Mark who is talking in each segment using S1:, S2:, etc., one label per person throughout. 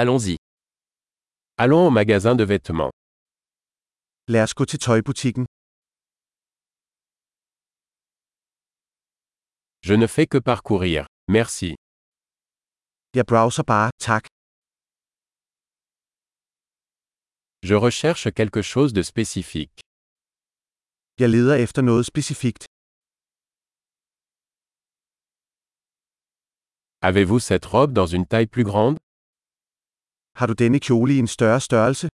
S1: Allons-y. Allons au magasin de vêtements.
S2: Lad os gå til tøjbutikken.
S1: Je ne fais que parcourir. Merci.
S2: Jeg browser bare, tak.
S1: Je recherche quelque chose de spécifique.
S2: Jeg leder efter noget specifikt.
S1: Avez-vous cette robe dans une taille plus grande
S2: Har du denne kjole i en større størrelse?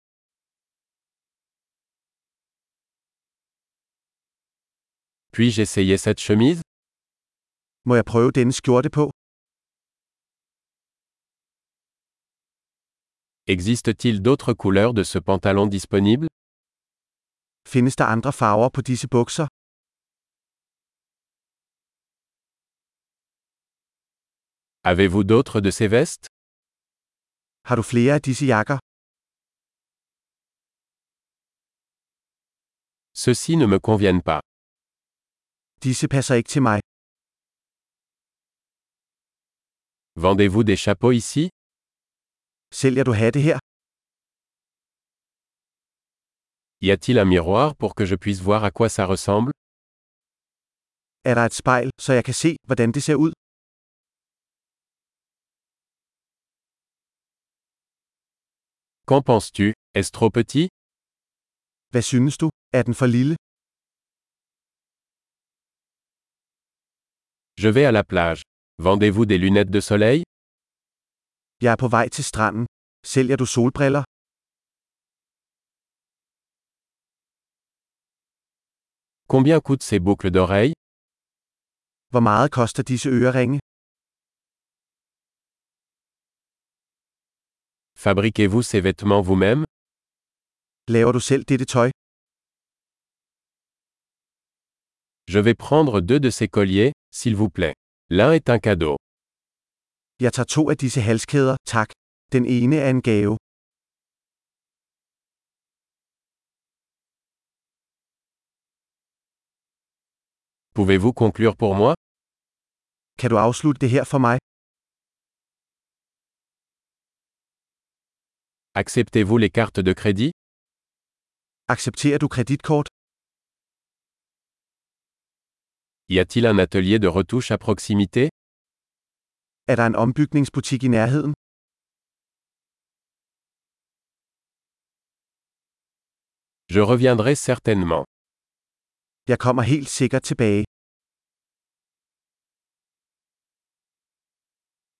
S1: Puis-je essayer cette chemise
S2: Må jeg prøve denne skjorte på?
S1: Existe-t-il d'autres couleurs de ce pantalon disponible
S2: Findes der andre farver på disse bukser?
S1: Avez-vous d'autres de ces vestes
S2: Har du flere af disse jakker?
S1: Ceux-ci ne me conviennent pas.
S2: Disse passer ikke til mig.
S1: Vendez-vous des chapeaux ici
S2: Sælger du hatte her?
S1: Y a-t-il un miroir pour que je puisse voir à quoi ça ressemble
S2: Er der et spejl, så jeg kan se, hvordan det ser ud?
S1: Qu'en penses-tu Est-ce trop petit
S2: Hvad synes du? Er den for lille?
S1: Je vais à la plage. Vendez-vous des lunettes de soleil
S2: Jeg er på vej til stranden. Sælger du solbriller?
S1: Combien coûtent ces boucles d'oreilles
S2: Hvor meget koster disse øreringe?
S1: Fabriquez-vous ces vêtements vous-même
S2: Laver du selv dette tøj?
S1: Je vais prendre deux de ces colliers, s'il vous plaît. L'un est un cadeau.
S2: Jeg tager to af disse halskæder, tak. Den ene er en gave.
S1: Pouvez-vous conclure pour moi
S2: Kan du afslutte det her for mig?
S1: Acceptez-vous les cartes de crédit
S2: Accepterer du kreditkort?
S1: Y a-t-il un atelier de retouche à proximité
S2: Er der en ombygningsbutik i nærheden?
S1: Je reviendrai certainement.
S2: Jeg kommer helt sikkert tilbage.